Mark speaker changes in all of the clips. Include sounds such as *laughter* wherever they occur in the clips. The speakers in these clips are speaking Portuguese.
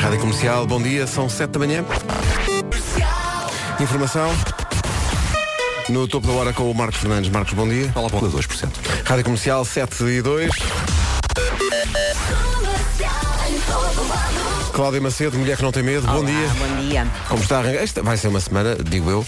Speaker 1: Rádio Comercial, bom dia, são 7 da manhã. Informação no topo da hora com o Marcos Fernandes. Marcos, bom dia.
Speaker 2: Fala bom. 2%.
Speaker 1: Rádio Comercial 7 e 2. Cláudia Macedo, mulher que não tem medo, bom
Speaker 3: Olá,
Speaker 1: dia.
Speaker 3: Bom dia.
Speaker 1: Como está a arrancar? Esta vai ser uma semana, digo eu,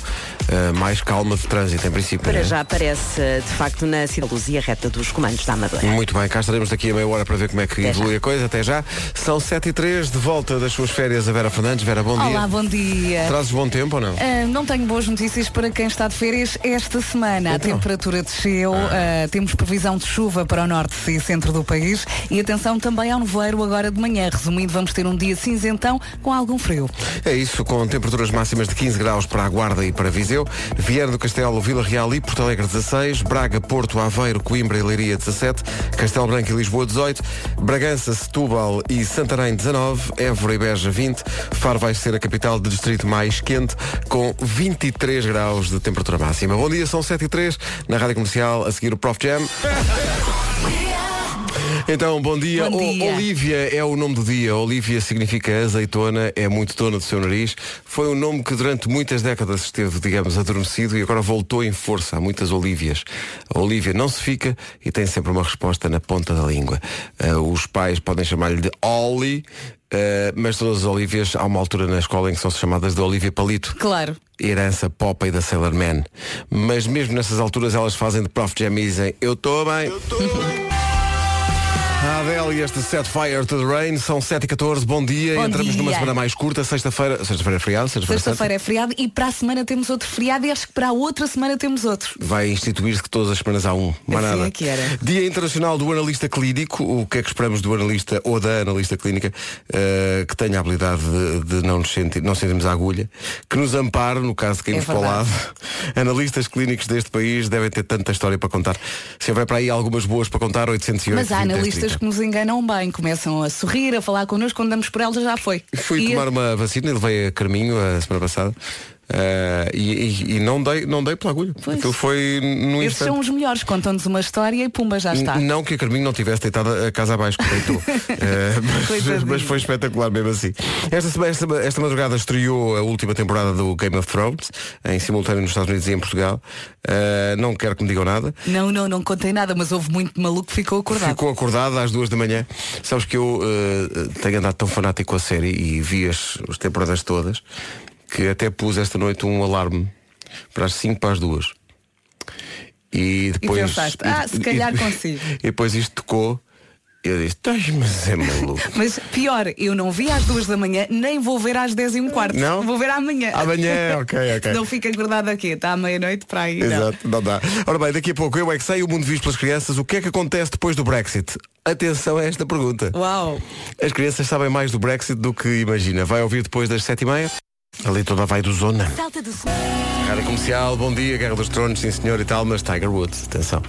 Speaker 1: eh, mais calma de trânsito, em princípio.
Speaker 3: Para
Speaker 1: né?
Speaker 3: já aparece eh, de facto na Cidade Luz e a reta dos comandos da Amadora.
Speaker 1: Muito bem, cá estaremos daqui a meia hora para ver como é que
Speaker 3: Até
Speaker 1: evolui a coisa. Até já. São 7 e 3 de volta das suas férias a Vera Fernandes. Vera, bom
Speaker 4: Olá,
Speaker 1: dia.
Speaker 4: bom dia.
Speaker 1: Trazes bom tempo ou não?
Speaker 4: Ah, não tenho boas notícias para quem está de férias esta semana. A
Speaker 1: Então.
Speaker 4: temperatura desceu, ah, temos previsão de chuva para o norte e centro do país e atenção também ao nevoeiro agora de manhã. Resumindo, vamos ter um dia cinzentão com algum frio.
Speaker 1: É isso, com temperaturas máximas de 15 graus para a Guarda e para Viseu, Vieira do Castelo, Vila Real e Porto Alegre 16, Braga, Porto, Aveiro, Coimbra e Leiria 17, Castelo Branco e Lisboa 18, Bragança, Setúbal e Santarém 19, Évora e Beja 20, Faro vai ser a capital de distrito mais quente, com 23 graus de temperatura máxima. Bom dia, são 7 e 3, na Rádio Comercial, a seguir o Prof
Speaker 4: *laughs*
Speaker 1: Jam. Então, bom dia.
Speaker 4: Bom
Speaker 1: O-
Speaker 4: dia.
Speaker 1: Olívia é o nome do dia. Olívia significa azeitona, é muito dona do seu nariz. Foi um nome que durante muitas décadas esteve, digamos, adormecido e agora voltou em força. Há muitas Olívias. A Olívia não se fica e tem sempre uma resposta na ponta da língua. Ah, os pais podem chamar-lhe de Oli, ah, mas todas as Olívias, há uma altura na escola em que são chamadas de Olívia Palito
Speaker 4: Claro.
Speaker 1: herança Popeye da Sailor Man. Mas mesmo nessas alturas elas fazem de Prof Jam e dizem Eu estou bem. A Adele e este Set Fire to the Rain são 7h14, bom dia.
Speaker 4: Bom
Speaker 1: Entramos
Speaker 4: dia.
Speaker 1: numa semana mais curta, sexta-feira. Sexta-feira é feriado, sexta-feira. é
Speaker 4: Sexta-feira é feriado e para a semana temos outro feriado e acho que para a outra semana temos outro.
Speaker 1: santo. Vai instituir-se que todas as semanas há um. Mais
Speaker 4: Assim
Speaker 1: nada.
Speaker 4: é que era.
Speaker 1: Dia Internacional do Analista Clínico. O que é que esperamos do analista ou da analista clínica eh, que tenha a habilidade de, de não nos sentir, não sentirmos a agulha, que nos ampare no caso de cairmos
Speaker 4: É
Speaker 1: para o lado.
Speaker 4: verdade.
Speaker 1: Analistas clínicos deste país devem ter tanta história para contar. Se houver para aí algumas boas para contar, 808.
Speaker 4: Mas há
Speaker 1: 20, 10,
Speaker 4: analistas
Speaker 1: 30.
Speaker 4: que nos enganam bem, começam a sorrir, a falar connosco, quando damos por elas já foi.
Speaker 1: Fui
Speaker 4: E-
Speaker 1: tomar uma vacina, levei a Carminho a semana passada. eh, e, e- e não dei não dei pela agulha
Speaker 4: Pois.
Speaker 1: aquilo foi no
Speaker 4: Esses
Speaker 1: um instante Um
Speaker 4: são os melhores, contam-nos uma história e pumba, já está.
Speaker 1: N- Não que a Carminho não tivesse deitado a casa abaixo, que deitou. Eh, mas,
Speaker 4: Coitadinha.
Speaker 1: mas foi espetacular mesmo assim. Esta, sema- esta, ma- esta madrugada estreou a última temporada do Game of Thrones, em simultâneo nos Estados Unidos e em Portugal. Eh, não quero que me digam nada.
Speaker 4: Não, não, não contei nada, mas houve muito maluco que ficou acordado.
Speaker 1: Ficou acordada às duas da manhã. Sabes que eu eh, tenho andado tão fanático com a série e vi as, as temporadas todas que até pus esta noite um alarme para as 5 para as duas. E depois.
Speaker 4: pensaste, "Ah, se calhar
Speaker 1: e-
Speaker 4: consigo."
Speaker 1: *laughs* E depois isto tocou. e Eu disse, estás, mas é
Speaker 4: *laughs*
Speaker 1: maluco.
Speaker 4: Mas pior, eu não vi às duas da manhã, nem vou ver às dez e um quarto.
Speaker 1: Não?
Speaker 4: Vou ver amanhã.
Speaker 1: Amanhã, ok, ok.
Speaker 4: Não fica acordado aqui, está à meia-noite para aí. não.
Speaker 1: Exato, não dá. Ora bem, daqui a pouco eu é que sei, o mundo visto pelas crianças, o que é que acontece depois do Brexit? Atenção a esta pergunta.
Speaker 4: Uau!
Speaker 1: As crianças sabem mais do Brexit do que imagina. Vai ouvir depois das sete e meia. Ali toda vai do zona.
Speaker 3: Salta do
Speaker 1: Rádio Comercial, bom dia, Guerra dos Tronos, sim senhor e tal, mas Tiger Woods, atenção.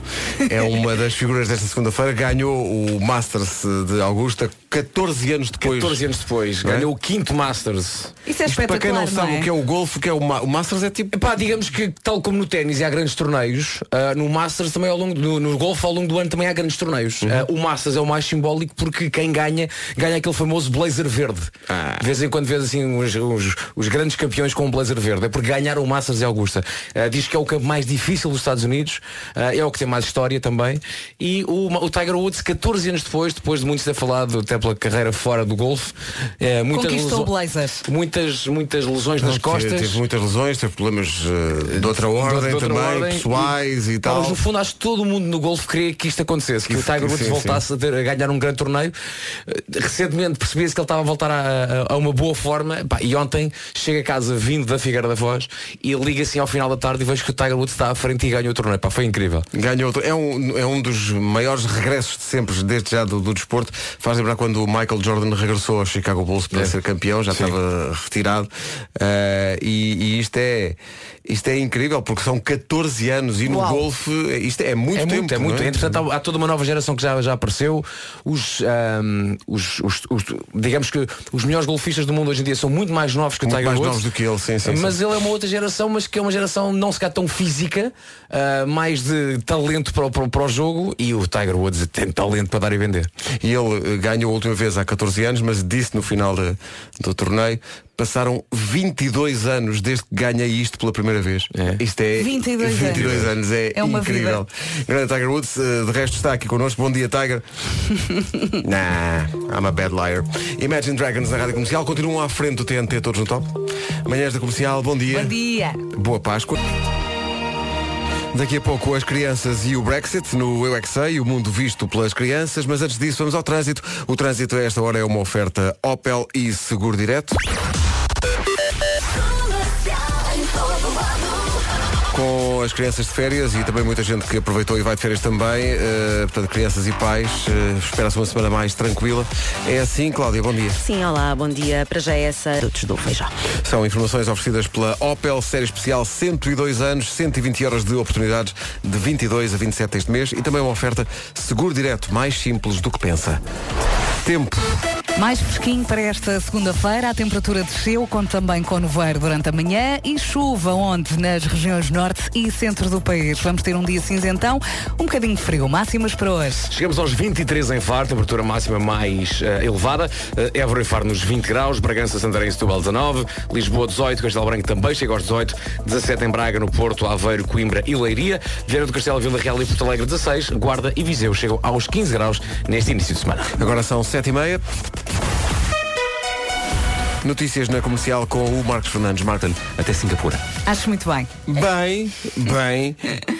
Speaker 1: É uma das figuras desta segunda-feira, ganhou o Masters de Augusta 14 anos depois.
Speaker 2: 14 anos depois,
Speaker 1: Não é?
Speaker 2: ganhou o quinto Masters.
Speaker 4: Isso é
Speaker 1: Isto para
Speaker 4: espetacular.
Speaker 1: quem não
Speaker 4: não
Speaker 1: sabe
Speaker 4: é?
Speaker 1: o que é o golfe, o que é o, ma o Masters é tipo
Speaker 2: Epá, digamos que tal como no ténis e há grandes torneios, ah, no Masters também ao longo do, no golfe ao longo do ano também há grandes torneios.
Speaker 1: Uhum.
Speaker 2: Ah, o Masters é o mais simbólico porque quem ganha, ganha aquele famoso blazer verde.
Speaker 1: Ah.
Speaker 2: De vez em quando vês assim os, os- os grandes campeões com o blazer verde. É porque ganharam o Masters e Augusta. Ah, diz que é o campo mais difícil dos Estados Unidos, ah, é o que tem mais história também. E o, Ma- o Tiger Woods, 14 anos depois, depois de muitos ter falado até pela carreira fora do golfe, eh, muitas,
Speaker 4: Conquistou o
Speaker 2: lesões-
Speaker 4: blazer.
Speaker 2: muitas, muitas lesões nas
Speaker 1: Teve-
Speaker 2: costas.
Speaker 1: Teve muitas lesões, teve problemas eh, de outra ordem
Speaker 2: de outra
Speaker 1: também,
Speaker 2: ordem.
Speaker 1: pessoais e
Speaker 2: Ah,
Speaker 1: tal.
Speaker 2: Mas no fundo acho que todo mundo no golfe queria que isto acontecesse, que,
Speaker 1: Que
Speaker 2: o Tiger
Speaker 1: isso-
Speaker 2: Woods
Speaker 1: sim,
Speaker 2: voltasse A, ter- a ganhar um grande torneio. Eh, Recentemente percebia-se que ele estava a voltar a, a- a uma boa forma Pá, e ontem chega a casa vindo da Figueira da Voz e liga assim ao final da tarde e vejo que o Tiger Woods está à frente e ganha o torneio. Pá, foi incrível.
Speaker 1: Ganhou, outro- é um, é um dos maiores regressos de sempre, desde já do, do desporto. Faz lembrar quando o Michael Jordan regressou ao Chicago Bulls para
Speaker 2: É.
Speaker 1: ser campeão, já
Speaker 2: Sim.
Speaker 1: estava retirado. Eh, e e isto, é, isto é incrível, porque são 14 anos e no
Speaker 4: Uau.
Speaker 1: golfe eh, isto é muito
Speaker 2: é
Speaker 1: tempo.
Speaker 2: muito, é
Speaker 1: não
Speaker 2: muito. Entretanto, há, há toda uma nova geração que já, já apareceu. Os, ehm, ahm, os, os- os- digamos que os melhores golfistas do mundo hoje em dia são muito mais novos que o
Speaker 1: Muito
Speaker 2: Tiger
Speaker 1: mais mais novos
Speaker 2: Woods.
Speaker 1: do que ele, sim, sim, sim.
Speaker 2: Mas ele é uma outra geração, mas que é uma geração não se calhar tão física, ah, mais de talento para, o- para, o- para o jogo e o Tiger Woods tem talento para dar e vender.
Speaker 1: E ele eh, ganhou a última vez há 14 anos, mas disse no final de- do torneio, passaram 22 anos desde que ganhei isto pela primeira vez.
Speaker 2: É.
Speaker 1: Isto é
Speaker 4: 22 anos.
Speaker 1: 22 anos, é,
Speaker 4: É uma
Speaker 1: incrível. Grande Tiger Woods, eh, de resto está aqui connosco. Bom dia,
Speaker 4: *laughs*
Speaker 1: Tiger. nah, I'm a bad liar. Imagine Dragons na Rádio Comercial continuam à frente do TNT todos no top. Manhãs da Comercial, bom dia.
Speaker 4: Bom dia.
Speaker 1: Boa Páscoa. Daqui a pouco as crianças e o Brexit no Eu é Que Sei, o mundo visto pelas crianças, mas antes disso vamos ao trânsito. O trânsito a esta hora é uma oferta Opel e Seguro Direto. Com as crianças de férias e também muita gente que aproveitou e vai de férias também, eh, portanto, crianças e pais, eh, espera-se uma semana mais tranquila. É assim, Cláudia, bom dia.
Speaker 3: Sim, olá, bom dia. Para já é essa. Todos do feijão.
Speaker 1: São informações oferecidas pela Opel, série especial 102 anos, 120 horas de oportunidades de 22 a 27 deste mês e também uma oferta seguro direto, mais simples do que pensa. Tempo.
Speaker 4: Mais fresquinho para esta segunda-feira, a temperatura desceu, com também com nevoeiro durante a manhã e chuva onde nas regiões norte e centro do país. Vamos ter um dia cinzentão, um bocadinho frio, máximas para hoje.
Speaker 2: Chegamos aos 23 em Faro, temperatura máxima mais eh, elevada. Eh, Évora e Faro nos 20 graus, Bragança, Santarém e Setúbal 19, Lisboa 18, Castelo Branco também chega aos 18, 17 em Braga, no Porto, Aveiro, Coimbra e Leiria, Vieira do Castelo, Vila Real e Porto Alegre 16, Guarda e Viseu chegam aos 15 graus neste início de semana.
Speaker 1: Agora são 7 e meia. Notícias na comercial com o Marcos Fernandes. Martin,
Speaker 2: Até Singapura.
Speaker 4: Acho muito bem.
Speaker 1: bem, bem,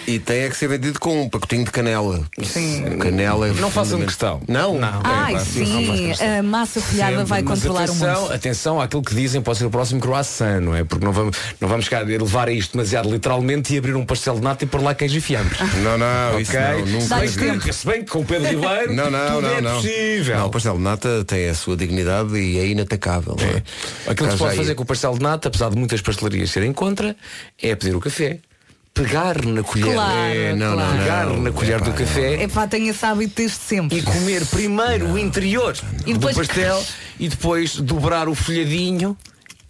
Speaker 1: e tem é que ser vendido com um pacotinho de canela.
Speaker 4: Sim.
Speaker 1: Canela é
Speaker 2: Não façam
Speaker 1: fundamental.
Speaker 2: questão.
Speaker 1: Não?
Speaker 2: Não.
Speaker 4: Ai,
Speaker 2: claro, sim,
Speaker 4: sim, a massa folhada vai
Speaker 2: Mas
Speaker 4: controlar
Speaker 2: atenção,
Speaker 4: o mundo.
Speaker 2: Atenção àquilo que dizem pode ser o próximo croissant, não é? Porque não vamos, não vamos ficar a levar a isto demasiado literalmente e abrir um pastel de nata e pôr lá queijo e fiambres.
Speaker 1: Não, não, isso não, nunca
Speaker 4: Ah. Dá-lhe
Speaker 1: vi.
Speaker 4: tempo.
Speaker 2: Se bem que com o Pedro Ribeiro
Speaker 1: Não, não,
Speaker 2: tudo
Speaker 1: não,
Speaker 2: é
Speaker 1: não.
Speaker 2: possível.
Speaker 1: Não, o pastel de nata tem a sua dignidade e é inatacável. não é?
Speaker 2: Aquilo que
Speaker 1: Caso
Speaker 2: se pode
Speaker 1: aí- *laughs*
Speaker 2: fazer com o pastel de nata, apesar de muitas pastelarias serem contra, é pedir o café, pegar na colher,
Speaker 4: Claro,
Speaker 1: É, não, não,
Speaker 4: claro.
Speaker 1: não.
Speaker 2: pegar na colher do café
Speaker 4: É pá, tenha esse hábito desde sempre.
Speaker 2: e comer primeiro o interior
Speaker 4: E depois-
Speaker 2: do pastel e depois dobrar o folhadinho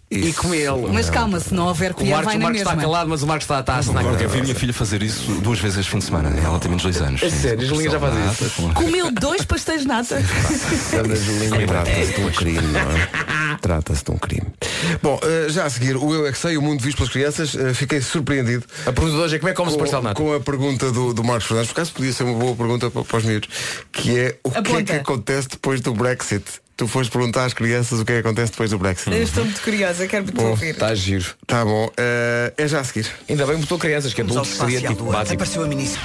Speaker 2: e
Speaker 1: Isso.
Speaker 2: comê-lo.
Speaker 4: Mas calma, se não houver
Speaker 2: O
Speaker 4: colher,
Speaker 2: Marcos,
Speaker 4: vai
Speaker 2: o
Speaker 4: na
Speaker 2: Marcos
Speaker 4: mesma.
Speaker 2: está calado, mas o Marcos está, está a assinar.
Speaker 5: Agora eu vi a minha filha fazer isso duas vezes este fim de semana. né? Ela tem menos dois anos.
Speaker 2: A sério, a Julinha já faz isso?
Speaker 4: Comeu dois pastéis de nata.
Speaker 1: Trata-se de um crime, não é?
Speaker 2: *laughs*
Speaker 1: Trata-se de um crime. Bom, eh, já a seguir, o Eu É Que Sei, o mundo visto pelas crianças, eh, fiquei surpreendido
Speaker 2: A pergunta de hoje é como é que come-se pastel de
Speaker 1: com,
Speaker 2: nata?
Speaker 1: com a pergunta do, do Marcos Fernandes, por acaso podia ser uma boa pergunta para, para os miúdos, que é o que é que
Speaker 4: Aponta.
Speaker 1: acontece depois do Brexit? Tu foste perguntar às crianças o que é que acontece depois do Brexit.
Speaker 4: estou muito curiosa, quero muito
Speaker 2: Está giro.
Speaker 1: Tá bom, eh, é já a seguir.
Speaker 2: Ainda bem que botou crianças, que adultos seria tipo básico.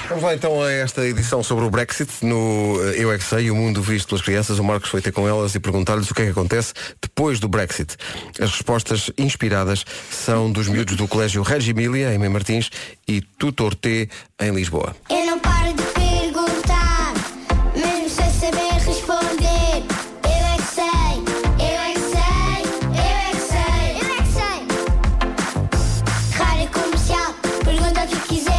Speaker 1: Vamos lá então a esta edição sobre o Brexit no eh, Eu é que sei, o mundo visto pelas crianças. O Marcos foi ter com elas e perguntar-lhes o que é que acontece depois do Brexit. As respostas inspiradas são dos miúdos do Colégio Regis Emília, em Mem Martins, e Tutor T, em Lisboa.
Speaker 6: Eu não paro de perguntar, mesmo sem saber responder. Eu é que sei, eu é que sei, eu é que sei, eu é que sei. Rádio comercial, pergunta o que quiser.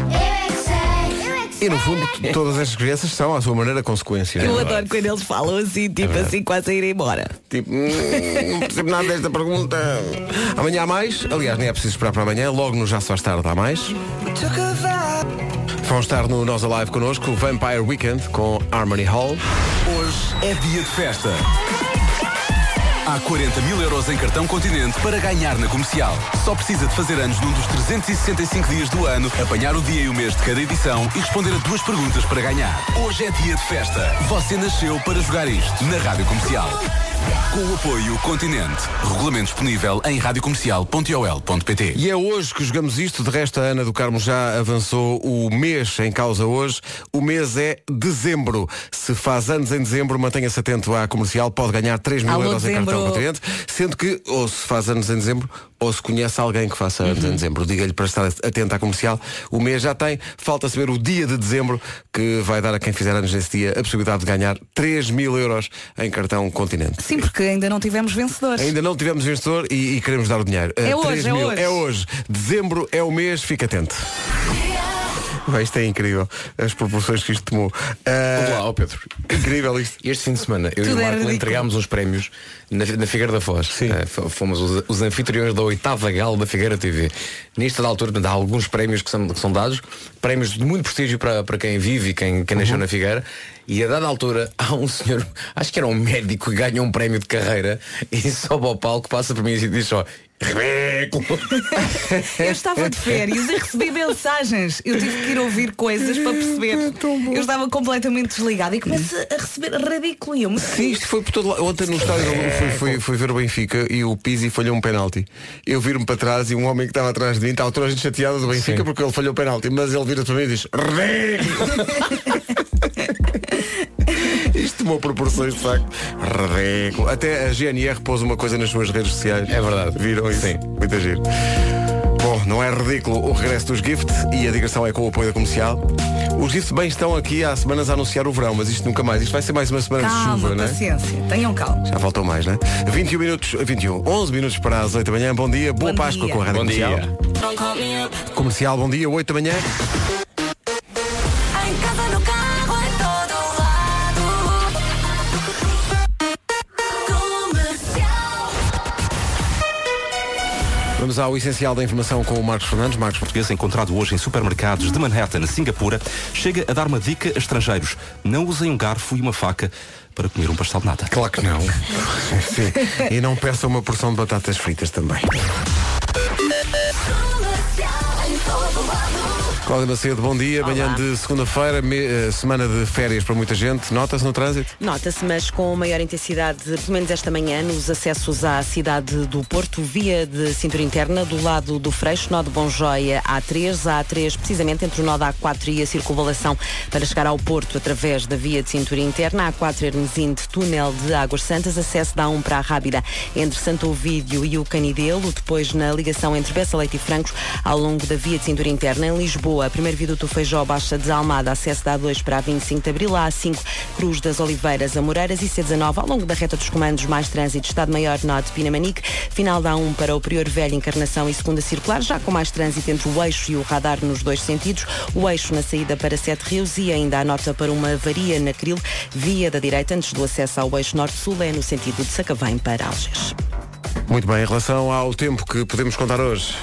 Speaker 6: Eu é que sei, eu é que sei, eu é que sei.
Speaker 1: E no fundo, t- todas estas crianças são, à sua maneira, consequência.
Speaker 2: É
Speaker 3: Eu adoro quando eles falam assim, tipo assim, quase a ir embora.
Speaker 1: Tipo, "Hum, não percebo nada desta pergunta. Amanhã há mais. Aliás, nem é preciso esperar para amanhã. Logo no Já Se Faz Tarde há mais. Vão estar no Nós Alive connosco, Vampire Weekend com Harmony Hall.
Speaker 5: Hoje é dia de festa. Há 40 mil euros em cartão continente para ganhar na comercial. Só precisa de fazer anos num dos 365 dias do ano, apanhar o dia e o mês de cada edição e responder a duas perguntas para ganhar. Hoje é dia de festa. Você nasceu para jogar isto na Rádio Comercial. Com o apoio Continente. Regulamento disponível em radiocomercial.ol.pt.
Speaker 1: E é hoje que jogamos isto. De resto, a Ana do Carmo já avançou o mês em causa hoje. O mês é dezembro. Se faz anos em dezembro, mantenha-se atento à comercial. Pode ganhar 3 mil
Speaker 4: Alô,
Speaker 1: euros em cartão
Speaker 4: dezembro.
Speaker 1: continente. Sendo que, ou se faz anos em dezembro, ou se conhece alguém que faça anos
Speaker 4: Uhum.
Speaker 1: em dezembro. Diga-lhe para estar atento à comercial. O mês já tem. Falta saber o dia de dezembro que vai dar a quem fizer anos nesse dia a possibilidade de ganhar 3 mil euros em cartão continente.
Speaker 4: Sim, porque ainda não tivemos vencedores.
Speaker 1: Ainda não tivemos vencedor e, e queremos dar o dinheiro.
Speaker 4: É
Speaker 1: Uh,
Speaker 4: hoje,
Speaker 1: 3
Speaker 4: é
Speaker 1: mil.
Speaker 4: hoje.
Speaker 1: Dezembro é o mês, fica atento. Bem, isto é incrível, as proporções que isto tomou. Ah,
Speaker 2: Olá, ó Pedro.
Speaker 1: incrível isto.
Speaker 2: Este fim de semana, eu
Speaker 4: Tudo
Speaker 2: e o
Speaker 4: era
Speaker 2: Marco
Speaker 4: ridículo.
Speaker 2: entregámos uns prémios na, na Figueira da Foz.
Speaker 1: Sim.
Speaker 2: Eh, f- fomos os, os anfitriões da oitava gala da Figueira TV. Nesta altura, portanto, há alguns prémios que são, que são dados, prémios de muito prestígio para, para quem vive e quem, quem nasceu na Figueira. E a dada altura, *laughs* há um senhor, acho que era um médico, que ganhou um prémio de carreira e sobe ao palco, passa por mim e diz só. Ridículo!
Speaker 4: Eu estava de férias e recebi mensagens. Eu tive que ir ouvir coisas para
Speaker 2: *laughs* É
Speaker 4: perceber. Eu estava completamente desligada e comecei a receber ridículo. E eu me
Speaker 1: Sim, isto é foi por todo lado. Ontem no estádio fui, fui- fui ver o Benfica e o Pizzi falhou um penalti. Eu viro-me para trás e um homem que estava atrás de mim estava toda a gente chateada do Benfica
Speaker 2: Sim.
Speaker 1: porque ele falhou o penalti. Mas ele vira para mim e diz Ridículo! Isto tomou proporções de facto Ridículo Até a GNR pôs uma coisa nas suas redes sociais
Speaker 2: É verdade.
Speaker 1: Viram isso?
Speaker 2: Sim.
Speaker 1: Muita giro Bom, não é ridículo o regresso dos Gift e a digressão é com o apoio da comercial. Os Gift bem estão aqui há semanas a anunciar o verão, mas isto nunca mais. Isto vai ser mais uma semana de
Speaker 4: Calma,
Speaker 1: chuva,
Speaker 2: né?
Speaker 1: não é?
Speaker 4: paciência. Tenham calma.
Speaker 1: Já faltam mais, né? 21 minutos, 21, 11 minutos para as 8 da manhã. Bom dia, boa
Speaker 4: Bom
Speaker 1: Páscoa
Speaker 4: dia.
Speaker 1: com a Rádio
Speaker 2: Bom
Speaker 1: Comercial.
Speaker 2: dia.
Speaker 1: Comercial, bom dia, 8 da manhã. Vamos ao essencial da informação com o Marcos Fernandes. Marcos,
Speaker 7: português encontrado hoje em supermercados de Manhattan, Singapura, chega a dar uma dica a estrangeiros. Não usem um garfo e uma faca para comer um pastel de nata.
Speaker 1: claro que não. *laughs* Sim. E não peça uma porção de batatas fritas também. Cláudia Macedo, bom dia.
Speaker 3: Olá.
Speaker 1: Manhã de segunda-feira, me- eh, semana de férias para muita gente. Nota-se no trânsito?
Speaker 3: Nota-se, mas com maior intensidade, pelo menos esta manhã, nos acessos à cidade do Porto, via de cintura interna, do lado do Freixo, nó de Bonjoia A3, a A3 precisamente entre o nó da A4 e a circunvalação para chegar ao Porto através da via de cintura interna, A4 Hermesim de túnel de Águas Santas, acesso da A1 para a Rábida entre Santo Ovídio e o Canidelo, depois na ligação entre Bessa Leite e Francos, ao longo da via de cintura interna em Lisboa, primeiro viaduto Feijó, Baixa Desalmada, acesso da A2 para a 25 de Abril, a A5 Cruz das Oliveiras, Amoreiras e C19, ao longo da reta dos comandos, mais trânsito, Estado Maior Norte, Pinamanique, final da A1 para o Prior Velho, Encarnação e Segunda Circular, já com mais trânsito entre o eixo e o radar nos dois sentidos, o eixo na saída para Sete Rios e ainda a nota para uma avaria na Cril, via da direita antes do acesso ao eixo Norte-Sul, é no sentido de Sacavém para Alges.
Speaker 1: Muito bem, em relação ao tempo que podemos contar hoje.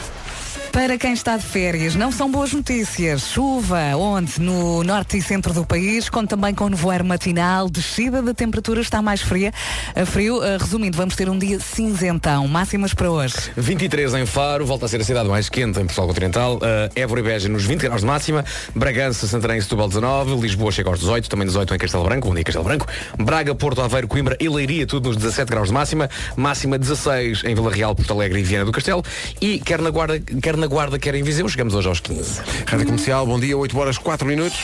Speaker 4: Para quem está de férias, não são boas notícias. Chuva onde? No norte e centro do país, conto também com nevoeiro matinal, descida da temperatura está mais fria. A frio, eh, resumindo, vamos ter um dia cinzentão. Máximas para hoje.
Speaker 2: 23 em Faro, volta a ser a cidade mais quente em Portugal Continental. Eh, Évora e Beja nos 20 graus de máxima. Bragança, Santarém e Setúbal 19. Lisboa chega aos 18, também 18 em Castelo Branco, onde é Castelo Branco. Braga, Porto, Aveiro, Coimbra e Leiria, tudo nos 17 graus de máxima. Máxima 16 em Vila Real, Porto Alegre e Viana do Castelo. E quer na Guarda, quer, na guarda, quer em Viseu, chegamos hoje aos 15.
Speaker 1: Rádio Comercial, bom dia, 8 horas 4 minutos.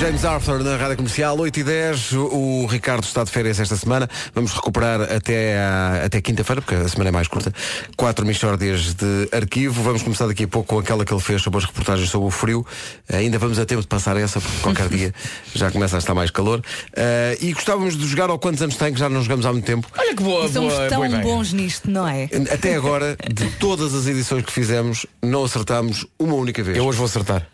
Speaker 1: James Arthur na Rádio Comercial, 8 e 10 O Ricardo está de férias esta semana. Vamos recuperar até, à- até quinta-feira, porque a semana é mais curta. Quatro mixórdias de arquivo. Vamos começar daqui a pouco com aquela que ele fez sobre as reportagens sobre o frio. Ainda vamos a tempo de passar essa, porque qualquer dia já começa a estar mais calor. Ah, e gostávamos de jogar ao quantos anos tem, que já não jogamos há muito tempo.
Speaker 2: Olha que boa,
Speaker 4: E somos
Speaker 2: boa,
Speaker 4: tão
Speaker 2: boa ideia.
Speaker 4: bons nisto, não é?
Speaker 1: Até agora, de todas as edições que fizemos, não acertámos uma única vez.
Speaker 2: Eu hoje vou acertar.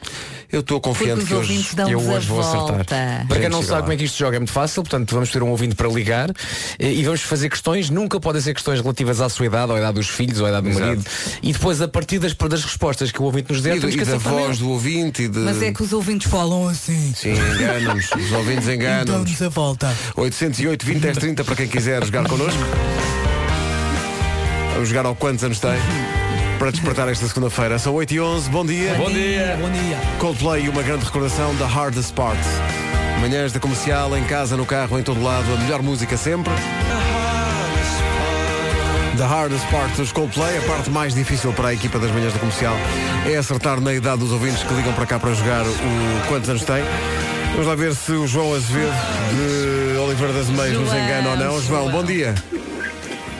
Speaker 1: Eu estou
Speaker 4: Porque
Speaker 1: confiante
Speaker 4: os
Speaker 1: que hoje.
Speaker 4: ouvintes dão-nos
Speaker 2: eu
Speaker 4: a
Speaker 2: hoje vou acertar.
Speaker 4: volta.
Speaker 2: Para quem não
Speaker 1: Gente,
Speaker 2: sabe
Speaker 1: lá.
Speaker 2: como é que isto se joga, é muito fácil, portanto vamos ter um ouvinte para ligar eh, e vamos fazer questões, nunca podem ser questões relativas à sua idade, ou à idade dos filhos, ou à idade do
Speaker 1: Exato.
Speaker 2: marido. E depois, a partir das, das respostas que o ouvinte nos der,
Speaker 1: E, do-
Speaker 2: temos
Speaker 1: e
Speaker 2: que
Speaker 1: da
Speaker 2: acertar
Speaker 1: voz
Speaker 2: nele.
Speaker 1: do ouvinte e de...
Speaker 4: Mas é que os ouvintes falam assim.
Speaker 1: Sim, enganam-nos. Os ouvintes enganam-nos.
Speaker 8: Damos a volta.
Speaker 4: Então,
Speaker 1: 808 20 10 30 para quem quiser jogar connosco. Vamos jogar ao quantos anos tem. Para despertar esta segunda-feira. São 8 e 11 Bom dia.
Speaker 2: Bom dia!
Speaker 8: Bom dia.
Speaker 1: Coldplay e uma grande recordação da Hardest Part. Manhãs da comercial, em casa, no carro, em todo lado, a melhor música sempre. The hardest part dos Coldplay, a parte mais difícil para a equipa das manhãs da comercial, é acertar na idade dos ouvintes que ligam para cá para jogar o quantos anos tem. Vamos lá ver se o João Azevedo de Oliveira das Meias nos
Speaker 4: João,
Speaker 1: engana ou não. João,
Speaker 4: João.
Speaker 1: bom dia.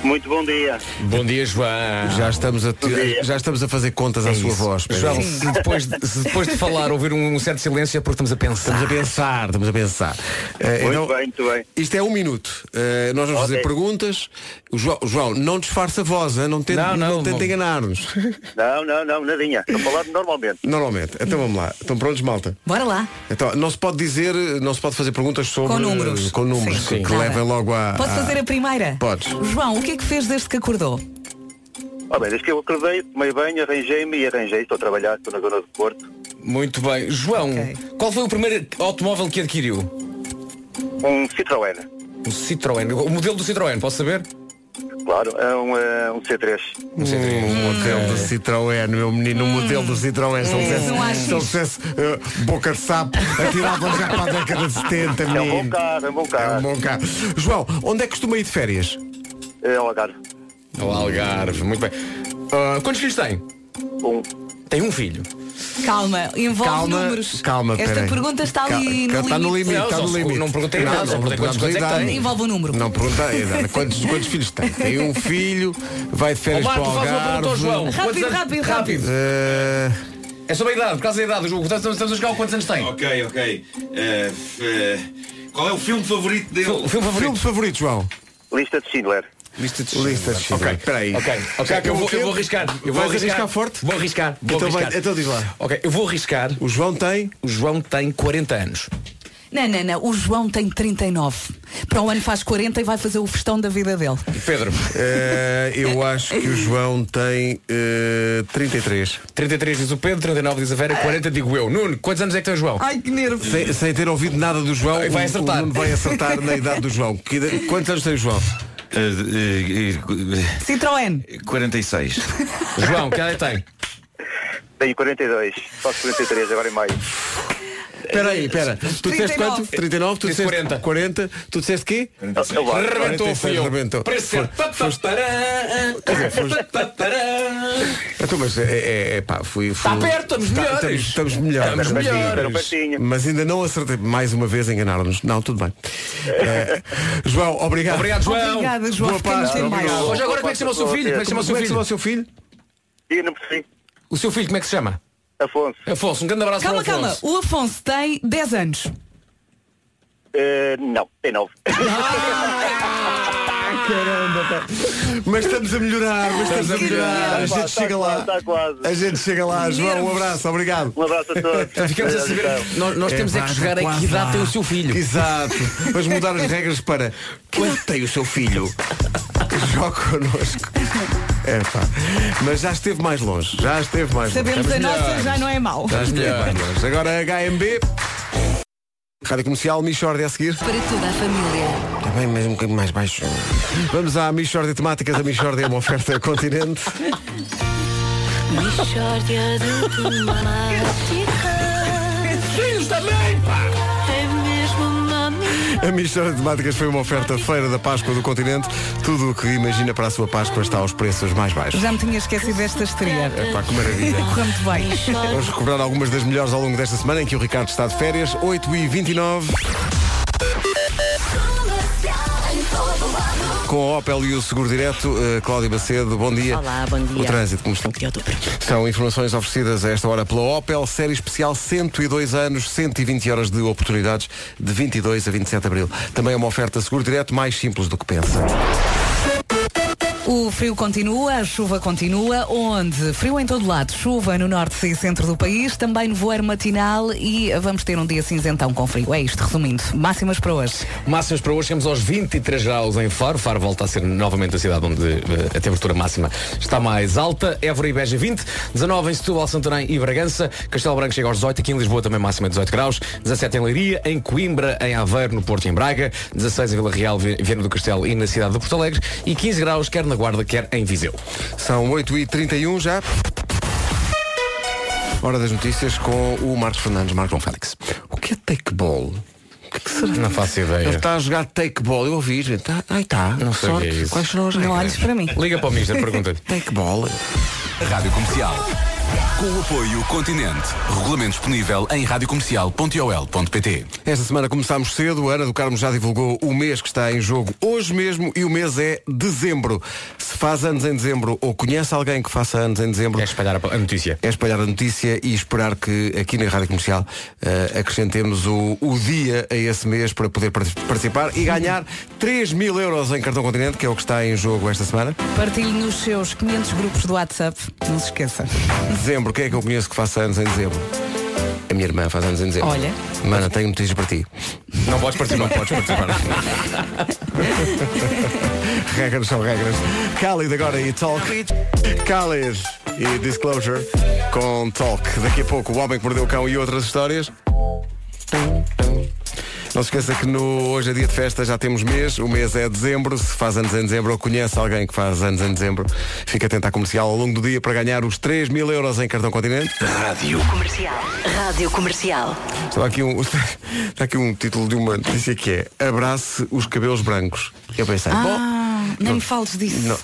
Speaker 8: Muito bom dia.
Speaker 2: Bom dia, João.
Speaker 1: Já estamos a, ti- já estamos a fazer contas à sua voz. Pedro.
Speaker 2: João, se depois, de, se depois de falar ouvir um, um certo silêncio é porque estamos a pensar.
Speaker 1: Estamos a pensar, estamos a pensar. Eh,
Speaker 8: Muito
Speaker 1: então,
Speaker 8: bem, muito bem.
Speaker 1: Isto é um minuto. Eh, nós vamos fazer
Speaker 8: Ok.
Speaker 1: perguntas. O João, João, não disfarça a voz, hein? não tente,
Speaker 2: Não,
Speaker 1: não,
Speaker 2: não,
Speaker 1: tente
Speaker 2: não. *laughs*
Speaker 1: enganar-nos.
Speaker 8: Não, não, não, nadinha. Estou a falar normalmente.
Speaker 1: Normalmente. Então vamos lá. Estão prontos, malta?
Speaker 4: Bora lá.
Speaker 1: Então, não se pode dizer, não se pode fazer perguntas sobre. eh,
Speaker 4: Com números.
Speaker 1: Com números,
Speaker 4: Sim.
Speaker 1: que, que
Speaker 4: Nada.
Speaker 1: levem logo à.
Speaker 4: Posso
Speaker 1: à-
Speaker 4: fazer a primeira?
Speaker 1: Podes.
Speaker 4: João, o que é que fez desde que acordou?
Speaker 8: Ah, bem, desde que eu acordei, tomei banho, arranjei-me e arranjei. Estou a trabalhar, estou na zona do Porto.
Speaker 2: Muito bem. João,
Speaker 4: Ok.
Speaker 2: qual foi o primeiro automóvel que adquiriu?
Speaker 8: Um Citroën,
Speaker 2: Um Citroën. O modelo do Citroën, posso saber?
Speaker 8: claro, é um, eh, um C3.
Speaker 2: Um Citroën.
Speaker 1: Um modelo do Citroën, meu menino, um modelo do Citroën. Se ele
Speaker 4: Hum. É. Não acho
Speaker 1: dissesse- se ele dissesse eh, boca de sapo, atirava já para a década de 70,
Speaker 8: É um bom
Speaker 1: menino.
Speaker 8: carro, é um bom
Speaker 1: É um
Speaker 8: carro.
Speaker 1: bom carro. João, onde é que costuma ir de férias?
Speaker 8: É um Algarve.
Speaker 2: O Algarve. Muito bem. Ah, quantos filhos tem?
Speaker 8: Um.
Speaker 2: Tem um filho.
Speaker 4: Calma, envolve
Speaker 1: Calma,
Speaker 4: números.
Speaker 1: calma,
Speaker 4: Esta
Speaker 1: peraí.
Speaker 4: pergunta está ali
Speaker 1: Cal-
Speaker 4: no
Speaker 1: está no
Speaker 4: limite.
Speaker 1: limite.
Speaker 2: Não,
Speaker 1: está
Speaker 2: só
Speaker 1: no
Speaker 2: se-
Speaker 1: limite.
Speaker 2: não perguntei nada, só perguntei
Speaker 1: perguntamos
Speaker 2: quantos-
Speaker 1: a
Speaker 2: quantos é que
Speaker 1: idade.
Speaker 2: tem.
Speaker 4: Envolve um número.
Speaker 1: Não perguntei, exato. quantos, quhos filhos tem? Tem um filho, vai de férias
Speaker 2: Olá,
Speaker 1: para
Speaker 2: tu
Speaker 1: o
Speaker 2: faz uma pergunta ao
Speaker 1: Algarve.
Speaker 2: João.
Speaker 4: Rápido,
Speaker 2: Quantos anos-
Speaker 4: rápido, rápido.
Speaker 1: Eh,
Speaker 2: É sobre a idade, por causa da idade. Estamos estamos a chegar ao quantos anos tem?
Speaker 7: Ok, ok. Eh, f- eh, qual é o filme favorito dele?
Speaker 2: O filme
Speaker 1: filme
Speaker 2: favorito.
Speaker 1: favorito, João?
Speaker 8: Lista de Schindler.
Speaker 2: Lista de
Speaker 1: Lista de Schindler.
Speaker 2: Ok,
Speaker 1: Espera aí.
Speaker 2: Ok, ok.
Speaker 1: Já acabou o
Speaker 2: Eu vou, eu
Speaker 1: filme?
Speaker 2: vou arriscar. Eu vou
Speaker 1: é Vais arriscar forte?
Speaker 2: Vou arriscar. Vou
Speaker 1: Então vai-
Speaker 2: arriscar.
Speaker 1: então diz lá.
Speaker 2: Ok, eu vou arriscar.
Speaker 1: O João tem?
Speaker 2: O João tem 40 anos.
Speaker 4: Não, não, não. O João tem 39. Para o ano faz 40 e vai fazer o festão da vida dele.
Speaker 2: Pedro,
Speaker 1: Eh, eu acho que o João tem eh, 33.
Speaker 2: 33 diz o Pedro, 39 diz a Vera, 40 digo eu. Nuno, quantos anos é que tem o João?
Speaker 4: Ai, que nervo.
Speaker 1: Sem, sem ter ouvido nada do João,
Speaker 2: Vai
Speaker 1: o- o
Speaker 2: acertar.
Speaker 1: Nuno vai acertar na idade do João. Que ida- quantos anos tem o João?
Speaker 4: Citroën.
Speaker 7: 46.
Speaker 2: João, que idade tem?
Speaker 8: Tenho 42, faço 43 agora em
Speaker 1: *laughs*
Speaker 8: maio.
Speaker 1: Espera aí, espera. Tu disseste
Speaker 4: 39.
Speaker 1: quanto? 39, tu
Speaker 2: Disse
Speaker 1: disseste
Speaker 2: 40.
Speaker 1: 40, tu disseste quê?
Speaker 8: É o Algarve.
Speaker 2: Rebentou,
Speaker 1: 46,
Speaker 2: fui eu.
Speaker 1: rebentou.
Speaker 2: Preço certo. Tatarã, tatarã.
Speaker 1: Então, mas é, é- é pá, fui.
Speaker 2: Está
Speaker 1: fui-
Speaker 2: perto, estamos
Speaker 1: Tá-
Speaker 2: melhores.
Speaker 1: Estamos, estamos melhores.
Speaker 2: Estamos
Speaker 1: Estamos
Speaker 2: melhores.
Speaker 1: melhores.
Speaker 8: Pertinho.
Speaker 1: Mas ainda não acertei. Mais uma vez enganaram-nos. Não, tudo bem. Eh, João, obrigado.
Speaker 2: Obrigado, João.
Speaker 4: Obrigada, João.
Speaker 1: Boa
Speaker 4: Ficamos
Speaker 1: parte,
Speaker 4: sem mais.
Speaker 1: obrigado.
Speaker 2: Hoje agora como é que se chama o seu filho? Como é que se chama o seu
Speaker 1: Como é que se chama
Speaker 2: filho?
Speaker 1: o seu filho?
Speaker 8: E não percebi.
Speaker 2: O seu filho como é que se chama?
Speaker 8: Afonso,
Speaker 2: Afonso, um grande abraço
Speaker 4: Calma,
Speaker 2: para o
Speaker 4: calma.
Speaker 2: Afonso.
Speaker 4: O Afonso tem 10 anos.
Speaker 8: eh, não, tem 9.
Speaker 1: Mas estamos a melhorar, mas estamos a melhorar. A gente chega lá.
Speaker 8: Está quase.
Speaker 1: A gente chega lá. João, um abraço. Obrigado.
Speaker 8: Um abraço a todos.
Speaker 2: Então,
Speaker 8: então.
Speaker 2: Ficamos a saber. Nós, nós temos é
Speaker 1: pá,
Speaker 2: que
Speaker 1: já
Speaker 2: chegar a que
Speaker 1: quase
Speaker 2: idade
Speaker 1: lá.
Speaker 2: tem o seu filho.
Speaker 1: Exato. Vamos mudar as regras para que idade tem o seu filho? Joga connosco. É pá. Mas já esteve mais longe. Já esteve mais longe.
Speaker 4: Sabemos a nossa, já não é mau.
Speaker 1: Já esteve mais longe. Agora HMB. Rádio Comercial, Michordia a seguir.
Speaker 9: Para toda a família.
Speaker 1: Está bem, mas um bocadinho mais baixo. Vamos à Michordia Temáticas. A Michordia é uma oferta continente.
Speaker 9: Mixórdia de temáticas. É mesmo uma amiga.
Speaker 1: A Mistura de Temáticas foi uma oferta feira da Páscoa do continente. Tudo o que imagina para a sua Páscoa está aos preços mais baixos.
Speaker 4: Já me tinha esquecido desta estreia.
Speaker 1: Epá, que maravilha.
Speaker 4: Correu muito bem.
Speaker 1: Vamos recobrar algumas das melhores ao longo desta semana em que o Ricardo está de férias, 8 e 29 Com a Opel e o Seguro Direto, eh, Cláudio Macedo, bom dia.
Speaker 3: Olá, bom dia.
Speaker 1: O trânsito, como está?
Speaker 3: Bom dia, outubro.
Speaker 1: São informações oferecidas a esta hora pela Opel, série especial 102 anos, 120 horas de oportunidades, de 22 a 27 de abril. Também é uma oferta Seguro Direto mais simples do que pensa.
Speaker 4: O frio continua, a chuva continua, onde? Frio em todo lado, chuva no norte e centro do país, também no voeiro matinal e vamos ter um dia cinzentão com frio. É isto, resumindo. Máximas para hoje.
Speaker 2: Máximas para hoje, chegamos aos 23 graus em Faro. Faro volta a ser novamente a cidade onde eh, a temperatura máxima está mais alta. Évora e Beja 20, 19 em Setúbal, Santarém e Bragança. Castelo Branco chega aos 18, aqui em Lisboa também máxima 18 graus. 17 em Leiria, em Coimbra, em Aveiro, no Porto e em Braga. 16 em Vila Real, Vi- Viana do Castelo e na cidade de Porto Alegre. E 15 graus quer na Guarda, quer em Viseu.
Speaker 1: São 8h31 já. Hora das notícias com o Marcos Fernandes, Marcos Félix. O que é takeball? O que, é que será?
Speaker 2: Não faço
Speaker 1: Ele
Speaker 2: ideia.
Speaker 1: está a jogar takeball, eu ouvi, gente. Ah, Ai tá, É. não
Speaker 2: sei o que é isso.
Speaker 1: Quais serão as
Speaker 4: Não
Speaker 1: regras?
Speaker 4: olhes para mim.
Speaker 1: *laughs*
Speaker 2: Liga para o Mister, pergunta-lhe.
Speaker 1: Takeball.
Speaker 5: Rádio Comercial. Com o apoio Continente. Regulamento disponível em radiocomercial.ol.pt
Speaker 1: Esta semana começámos cedo, a Ana do Carmo já divulgou o mês que está em jogo hoje mesmo e o mês é dezembro. Se faz anos em dezembro ou conhece alguém que faça anos em dezembro,
Speaker 2: É espalhar a a notícia.
Speaker 1: é espalhar a notícia e esperar que aqui na Rádio Comercial eh, acrescentemos o, o dia a esse mês para poder par- participar e ganhar 3 mil euros em cartão continente, que é o que está em jogo esta semana.
Speaker 4: Partilhe nos seus 500 grupos do WhatsApp. Não se esqueça.
Speaker 1: Dezembro, quem é que eu conheço que faça anos em dezembro? A minha irmã faz anos em dezembro.
Speaker 4: Olha.
Speaker 1: Mana, tenho notícias para ti.
Speaker 2: Não podes participar.
Speaker 1: Podes participar. *laughs* regras são regras. Khalid agora e Talk. Khalid e Disclosure com Talk. Daqui a pouco o Homem que Mordeu o Cão e outras histórias. Não se esqueça que no hoje é dia de festa, já temos mês, o mês é dezembro, se faz anos em dezembro ou conhece alguém que faz anos em dezembro, fica atento à comercial ao longo do dia para ganhar os 3 mil euros em cartão continente.
Speaker 9: Comercial. Rádio Comercial.
Speaker 1: Está aqui um, *laughs* está aqui um título de uma notícia que é Abrace os cabelos brancos. Eu pensei, bom,
Speaker 4: Ah, nem me fales disso.
Speaker 1: não,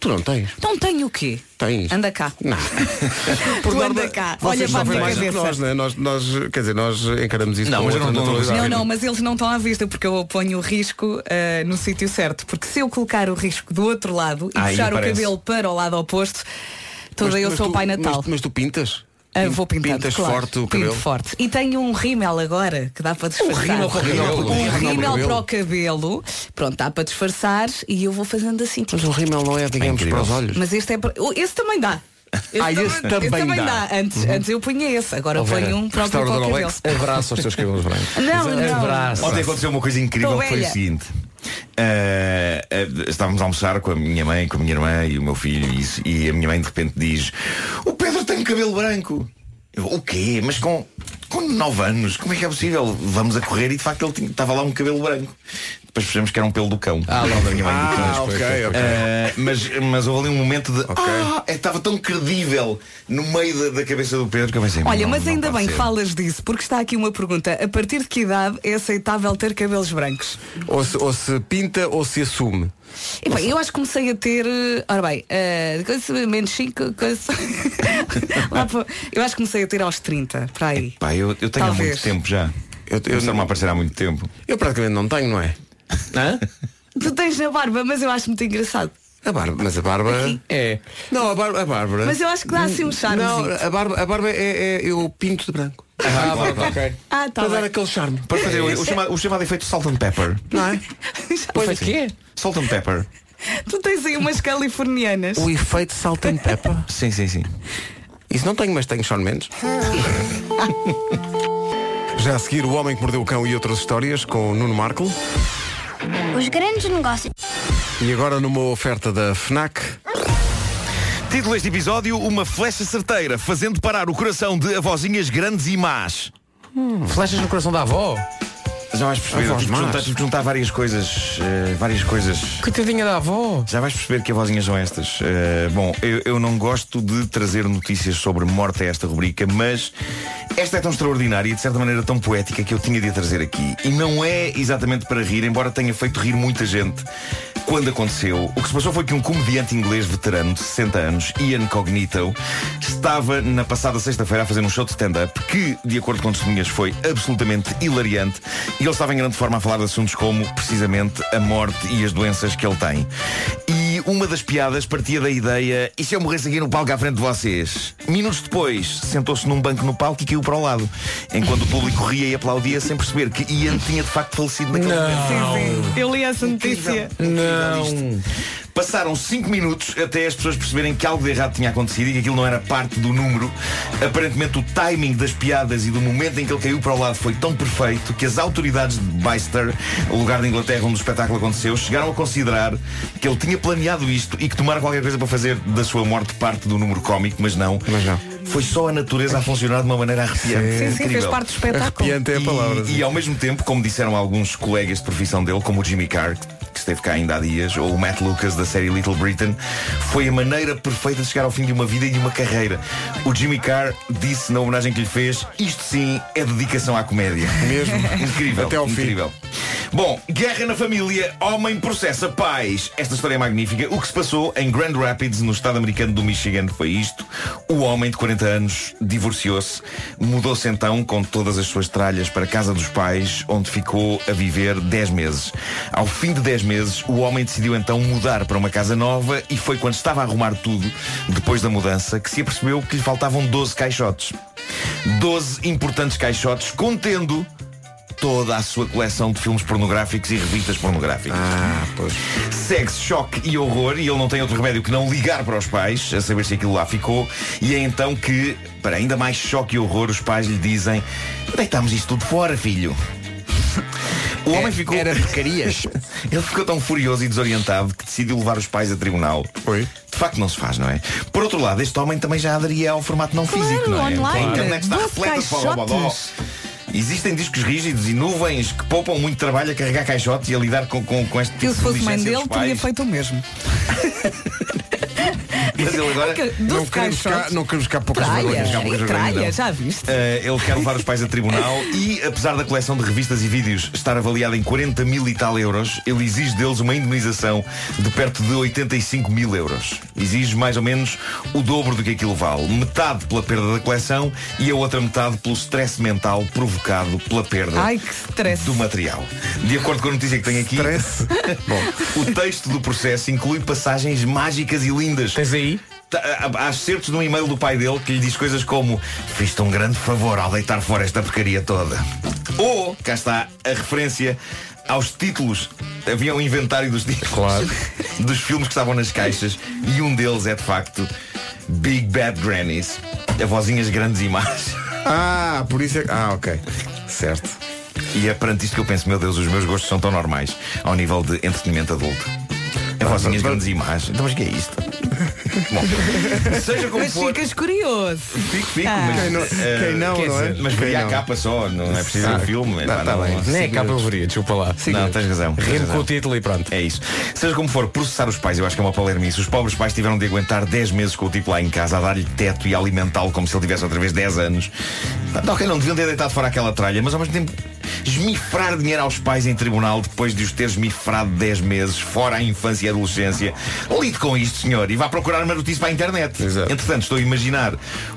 Speaker 1: tu não tens.
Speaker 4: Então tenho o quê?
Speaker 1: Tens.
Speaker 4: Anda cá.
Speaker 1: Não.
Speaker 4: *laughs* Tu anda cá. Olha
Speaker 1: Vocês
Speaker 4: para a
Speaker 1: sofrem
Speaker 4: minha
Speaker 1: mais do que
Speaker 4: cabeça.
Speaker 1: nós, né? nós, nós, quer dizer, nós encaramos isso
Speaker 7: Não,
Speaker 1: com
Speaker 7: mas eu
Speaker 1: outra
Speaker 7: não- não-
Speaker 1: naturalidade.
Speaker 4: Não, não, mas eles não estão à vista porque eu ponho o risco ah, no sítio certo. Porque se eu colocar o risco do outro lado e
Speaker 2: Aí
Speaker 4: puxar o
Speaker 2: aparece.
Speaker 4: cabelo para o lado oposto, toda
Speaker 1: Mas-
Speaker 4: eu
Speaker 1: mas
Speaker 4: sou
Speaker 1: tu-
Speaker 4: o Pai Natal.
Speaker 1: Mas, mas tu pintas?
Speaker 4: Ah,
Speaker 1: Pin-
Speaker 4: vou pintando,
Speaker 1: Pintas
Speaker 4: claro.
Speaker 1: forte o
Speaker 4: Pinto
Speaker 1: cabelo?
Speaker 4: forte. E tenho um rímel agora que dá para disfarçar.
Speaker 2: rímel para o cabelo.
Speaker 4: Um
Speaker 2: Um rímel
Speaker 1: para o
Speaker 4: rímel
Speaker 1: cabelo.
Speaker 4: para o cabelo. Pronto, dá para disfarçar e eu vou fazendo assim.
Speaker 1: Mas o rímel não é, digamos, para os olhos.
Speaker 4: Mas este é para- oh, esse também dá. Esse
Speaker 1: Ah, esse também dá. Uhum.
Speaker 4: Antes, antes eu punha esse, agora
Speaker 2: Oh, Vera,
Speaker 4: ponho um próprio para o
Speaker 1: restaurador
Speaker 4: cabelo.
Speaker 1: Alex.
Speaker 2: Abraça os teus cabelos brancos.
Speaker 4: Não, não.
Speaker 2: Abraça.
Speaker 10: Ontem aconteceu uma coisa incrível
Speaker 4: Tô
Speaker 10: que foi o
Speaker 4: velha.
Speaker 10: seguinte. Ah, ah, estávamos a almoçar com a minha mãe, com a minha irmã e o meu filho e, isso- e a minha mãe de repente diz O Pedro tem cabelo branco Eu, O quê? Mas com, com 9 anos, como é que é possível? Vamos a correr e de facto ele tinha- estava lá um cabelo branco Depois percebemos que era um pelo do cão Ah, lá da minha mãe do cão.
Speaker 1: Ah, ok, ok.
Speaker 10: Ah, mas, mas houve ali um momento de Ah, é que estava tão credível no meio da, da cabeça do Pedro que eu pensei
Speaker 4: Olha,
Speaker 10: "Não,
Speaker 4: mas
Speaker 10: não
Speaker 4: ainda
Speaker 10: pode
Speaker 4: bem que
Speaker 10: ser."
Speaker 4: falas disso, porque está aqui uma pergunta. A partir de que idade é aceitável ter cabelos brancos?
Speaker 1: Ou se, ou se pinta ou se assume.
Speaker 4: E bem, eu acho que comecei a ter. eh, Ora bem, eh, coisa- menos 5, coisa. *laughs* Lá para- eu acho que comecei a ter aos 30, para aí.
Speaker 10: Pá, eu, eu tenho há
Speaker 4: Talvez.
Speaker 10: muito tempo já. Eu, eu não me aparecer há muito tempo.
Speaker 1: Eu praticamente não tenho, não é?
Speaker 2: Hã?
Speaker 4: Tu tens na barba, mas eu acho muito engraçado.
Speaker 1: A barba, mas a barba.
Speaker 4: Aqui.
Speaker 2: É.
Speaker 1: Não, a, bar a Bárbara.
Speaker 4: Mas eu acho que dá assim um charme.
Speaker 1: Não, a barba, a barba é, é- Eu pinto de branco.
Speaker 2: Ah, pronto, ok.
Speaker 4: Ah, tá.
Speaker 1: para dar
Speaker 4: bem. *laughs*
Speaker 1: aquele charme.
Speaker 10: Para
Speaker 4: É,
Speaker 10: fazer o, o chamado, o chamado efeito salt and pepper.
Speaker 1: Não
Speaker 4: *laughs*
Speaker 1: é?
Speaker 2: Pois o quê?
Speaker 10: Salt and pepper.
Speaker 4: Tu tens aí umas californianas.
Speaker 1: O efeito salt and pepper.
Speaker 10: Sim, sim, sim.
Speaker 1: Isso não tenho, mas tenho Sean Mendes. *laughs* Já a seguir, O Homem que Mordeu o Cão e outras histórias com Nuno Marco.
Speaker 6: Os grandes negócios.
Speaker 1: E agora numa oferta da FNAC.
Speaker 10: Título deste episódio: Uma flecha certeira, fazendo parar o coração de avózinhas grandes e más.
Speaker 2: Flechas no coração da avó?
Speaker 10: Já vais perceber.
Speaker 1: Avós
Speaker 10: Tive que
Speaker 1: más.
Speaker 10: juntar, tive que juntar várias coisas. eh, várias coisas.
Speaker 2: Coitadinha da avó.
Speaker 10: Já vais perceber que avózinhas são estas. Eh, bom, eu, eu não gosto de trazer notícias sobre morte a esta rubrica, mas esta é tão extraordinária e de certa maneira tão poética que eu tinha de a trazer aqui. E não é exatamente para rir, embora tenha feito rir muita gente quando aconteceu. O que se passou foi que um comediante inglês veterano de 60 anos, Ian Cognito, estava na passada sexta-feira a fazer um show de stand-up que, de acordo com testemunhas, foi absolutamente hilariante e ele estava em grande forma a falar de assuntos como, precisamente, a morte e as doenças que ele tem. E uma das piadas partia da ideia E se eu morresse aqui no palco à frente de vocês? Minutos depois, sentou-se num banco no palco e caiu para o lado Enquanto o público ria e aplaudia sem perceber que Ian tinha de facto falecido naquele momento
Speaker 4: Sim, sim. Eu li essa notícia.
Speaker 2: Não.
Speaker 10: Passaram 5 minutos até as pessoas perceberem que algo de errado tinha acontecido e que aquilo não era parte do número. Aparentemente o timing das piadas e do momento em que ele caiu para o lado foi tão perfeito que as autoridades de Bicester, o lugar da Inglaterra onde o espetáculo aconteceu, chegaram a considerar que ele tinha planeado isto e que tomara qualquer coisa para fazer da sua morte parte do número cómico, mas não.
Speaker 1: Mas não.
Speaker 10: Foi só a natureza a funcionar de uma maneira arrepiante.
Speaker 4: Sim, sim, fez
Speaker 10: Incrível.
Speaker 4: parte do espetáculo.
Speaker 1: Arrepiante é a
Speaker 10: E-
Speaker 1: palavra.
Speaker 10: E, ao mesmo tempo, como disseram alguns colegas de profissão dele, como o Jimmy Carr, que esteve cá ainda há dias, ou o Matt Lucas da série Little Britain, foi a maneira perfeita de chegar ao fim de uma vida e de uma carreira. O Jimmy Carr disse na homenagem que lhe fez, isto sim é dedicação à comédia. *laughs*
Speaker 1: Mesmo.
Speaker 10: Incrível.
Speaker 1: Até ao fim.
Speaker 10: incrível. Bom, guerra na família, homem processa pais. Esta história é magnífica. O que se passou em Grand Rapids, no estado americano do Michigan, foi isto. O homem de 40 anos divorciou-se, mudou-se então com todas as suas tralhas para a casa dos pais, onde ficou a viver 10 meses. Ao fim de 10 meses, o homem decidiu então mudar para uma casa nova e foi quando estava a arrumar tudo, depois da mudança, que se apercebeu que lhe faltavam 12 caixotes. 12 importantes caixotes contendo toda a sua coleção de filmes pornográficos e revistas pornográficas. Ah, pois. Segue-se choque e horror e ele não tem outro remédio que não ligar para os pais, a saber se aquilo lá ficou, e é então que, para ainda mais choque e horror, os pais lhe dizem deitámos isto tudo fora, filho. *laughs* O homem é ficou... Era porcarias. Ele ficou tão furioso e desorientado que decidiu levar os pais a tribunal. Foi. De facto não se faz, não é? Por outro lado, este homem também já aderia ao formato não físico, não é?
Speaker 4: online.
Speaker 10: A internet está
Speaker 4: Doze
Speaker 10: repleta de forró
Speaker 4: caixotes.
Speaker 10: Existem discos rígidos e nuvens que poupam muito trabalho a carregar caixotes e a lidar com, com, com este tipo
Speaker 4: Eu se fosse
Speaker 10: de
Speaker 4: mãe dele,
Speaker 10: diligência dos
Speaker 4: teria
Speaker 10: pais.
Speaker 4: feito o mesmo.
Speaker 10: Mas ele
Speaker 4: *laughs*
Speaker 10: agora
Speaker 1: Não queremos
Speaker 4: Doze
Speaker 1: cá,
Speaker 4: caixotes.
Speaker 1: não queremos cá poucas
Speaker 4: Tralha,
Speaker 1: vergonhas.
Speaker 10: cá poucas
Speaker 4: e
Speaker 10: vergonhas,
Speaker 4: tralha,
Speaker 10: não.
Speaker 4: já viste?
Speaker 10: Eh, ele quer levar os pais a tribunal e, apesar da coleção de revistas e vídeos estar avaliada em 40 mil e tal euros, ele exige deles uma indemnização de perto de 85 mil euros. Exige mais ou menos o dobro do que aquilo vale. Metade pela perda da coleção e a outra metade pelo stress mental provocado pela perda
Speaker 4: Ai, que stress.
Speaker 10: do material. De acordo com a notícia que tenho aqui, *laughs* Bom, o texto do processo inclui passagens mágicas e lindas.
Speaker 2: Tens aí?
Speaker 10: Tá- há- Há certos no e-mail do pai dele que lhe diz coisas como Fiz-te um grande favor ao deitar fora esta porcaria toda. Ou, cá está a referência aos títulos. Havia um inventário dos títulos *laughs* dos filmes que estavam nas caixas e um deles é de facto Big Bad Grannies. Avozinhas grandes e más.
Speaker 1: Ah, por isso é. Ah, ok. Certo.
Speaker 10: E é perante isto que eu penso, meu Deus, os meus gostos são tão normais ao nível de entretenimento adulto. Avozinhas grandes e más. Então mas o que é isto? Bom, seja como
Speaker 4: Mas
Speaker 10: for.
Speaker 4: ficas curioso.
Speaker 10: Fico, fico,
Speaker 4: Ah.
Speaker 10: mas
Speaker 1: Quem não-
Speaker 10: eh,
Speaker 1: quem não,
Speaker 10: quer
Speaker 1: não é?
Speaker 10: dizer, Mas
Speaker 1: Quem
Speaker 10: veria a
Speaker 1: não.
Speaker 10: capa só, não é preciso
Speaker 1: Ah,
Speaker 10: um filme.
Speaker 1: tá-
Speaker 10: pá,
Speaker 1: tá
Speaker 10: não-
Speaker 1: bem.
Speaker 2: Nem é capa eu veria, desculpa lá.
Speaker 10: Não, tens razão. tens
Speaker 2: Rimo com
Speaker 10: razão.
Speaker 2: o título e pronto.
Speaker 10: É isso. Seja como for, processar os pais, eu acho que é uma palermice. Os pobres pais tiveram de aguentar 10 meses com o tipo lá em casa, a dar-lhe teto e a alimentá-lo como se ele tivesse outra vez 10 anos. Tá, Ok, não deviam ter deitado fora aquela tralha, mas ao mesmo tempo esmifrar dinheiro aos pais em tribunal depois de os ter esmifrado 10 meses, fora a infância e a adolescência. Lide com isto, senhor, e vá procurar uma notícia para a internet.
Speaker 1: Exato.
Speaker 10: Entretanto, estou a imaginar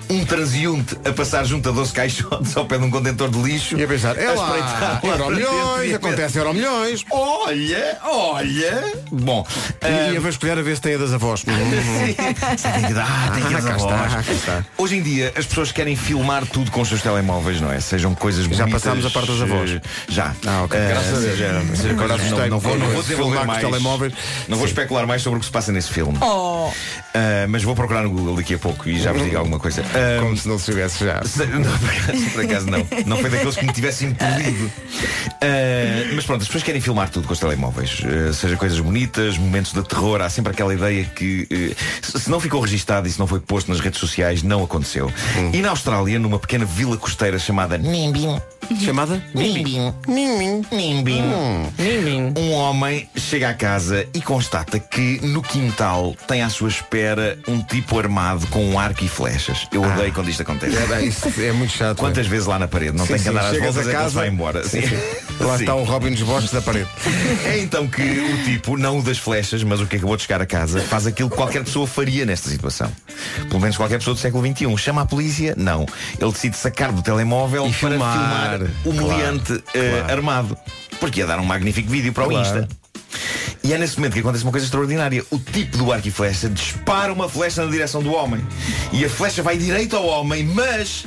Speaker 10: um transeunte a passar junto a 12 caixotes *laughs* ao pé de um contentor de lixo
Speaker 1: E a pensar, é lá,
Speaker 10: espreitar lá
Speaker 1: euro
Speaker 10: *laughs* para dentro e
Speaker 1: milhões,
Speaker 10: a
Speaker 1: acontece euro milhões.
Speaker 10: Olha, olha. Bom, eh,
Speaker 1: E, *laughs* e a vasculhar a ver se tem a das avós. Hum.
Speaker 10: tem que dar, tem que
Speaker 1: Ah,
Speaker 10: dar
Speaker 1: cá
Speaker 10: a
Speaker 1: está,
Speaker 10: voz.
Speaker 1: cá está.
Speaker 10: Hoje em dia as pessoas querem filmar tudo com os seus telemóveis, não é? Sejam coisas bonitas.
Speaker 1: passámos a parte das avós.
Speaker 10: eh, Já.
Speaker 1: Ah, ok.
Speaker 10: Eh,
Speaker 1: Graças a Deus.
Speaker 10: seja- seja
Speaker 1: Agora
Speaker 10: coisas- não,
Speaker 1: assustei-me
Speaker 10: não vou,
Speaker 1: com
Speaker 10: não vou
Speaker 1: esse filmar
Speaker 10: desenvolver
Speaker 1: com os
Speaker 10: mais.
Speaker 1: telemóveis.
Speaker 10: Não vou
Speaker 1: Sim.
Speaker 10: especular mais sobre o que se passa nesse filme.
Speaker 4: Oh,
Speaker 10: Eh, mas vou procurar no Google daqui a pouco e já vos digo alguma coisa. Eh,
Speaker 1: Como se não se soubesse já.
Speaker 10: Se- Não, por acaso, por acaso não. Não foi daqueles que me tivessem impedido. Ah, mas pronto, as pessoas querem filmar tudo com os telemóveis. Ah, seja coisas bonitas, momentos de terror, há sempre aquela ideia que eh, se se não ficou registado e se não foi posto nas redes sociais, não aconteceu. E na Austrália, numa pequena vila costeira chamada Nimbin,
Speaker 1: Chamada?
Speaker 10: Nimbin, Nimbin, um homem chega à casa e constata que no quintal tem à sua espera um tipo armado com um arco e flechas. Eu odeio quando isto acontece.
Speaker 1: É, bem, isso é muito chato.
Speaker 10: Quantas vezes lá na parede? Não
Speaker 1: Sim,
Speaker 10: tem
Speaker 1: sim,
Speaker 10: que andar às
Speaker 1: chegas
Speaker 10: voltas
Speaker 1: a
Speaker 10: é que ele se
Speaker 1: casa.
Speaker 10: vai embora. Sim.
Speaker 1: Lá
Speaker 10: Sim.
Speaker 1: está o Robin dos Bosques da parede.
Speaker 10: É então que o tipo, não o das flechas, mas o que acabou de chegar a casa, faz aquilo que qualquer pessoa faria nesta situação. Pelo menos qualquer pessoa do século XXI. Chama a polícia? Não. Ele decide sacar do telemóvel
Speaker 1: E
Speaker 10: para
Speaker 1: filmar.
Speaker 10: filmar o
Speaker 1: Claro,
Speaker 10: meliante eh, armado. Porque ia dar um magnífico vídeo para o Insta. E é nesse momento que acontece uma coisa extraordinária. O tipo do arco e flecha dispara uma flecha na direção do homem. E a flecha vai direito ao homem, mas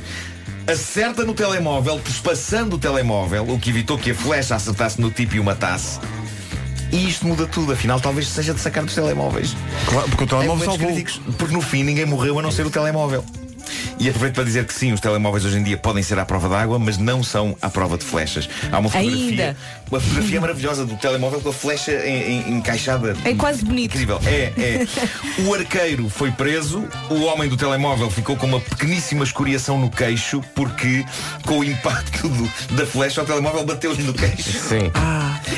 Speaker 10: acerta no telemóvel, passando o telemóvel, o que evitou que a flecha acertasse no tipo e o matasse. E isto muda tudo, afinal talvez seja de sacar dos telemóveis.
Speaker 1: Claro, porque o
Speaker 10: Em
Speaker 1: telemóvel
Speaker 10: momentos
Speaker 1: salvou.
Speaker 10: É críticos, porque no fim ninguém morreu a não ser o telemóvel. E aproveito para dizer que sim, os telemóveis hoje em dia podem ser à prova d'água, mas não são à prova de flechas. Há uma fotografia,
Speaker 4: Ainda.
Speaker 10: uma fotografia maravilhosa do telemóvel com a flecha em- em- encaixada.
Speaker 4: É quase bonito.
Speaker 10: Incrível. É,
Speaker 4: *laughs*
Speaker 10: é. O arqueiro foi preso, o homem do telemóvel ficou com uma pequeníssima escoriação no queixo, porque com o impacto do- da flecha o telemóvel bateu-lhe no queixo.
Speaker 2: Sim.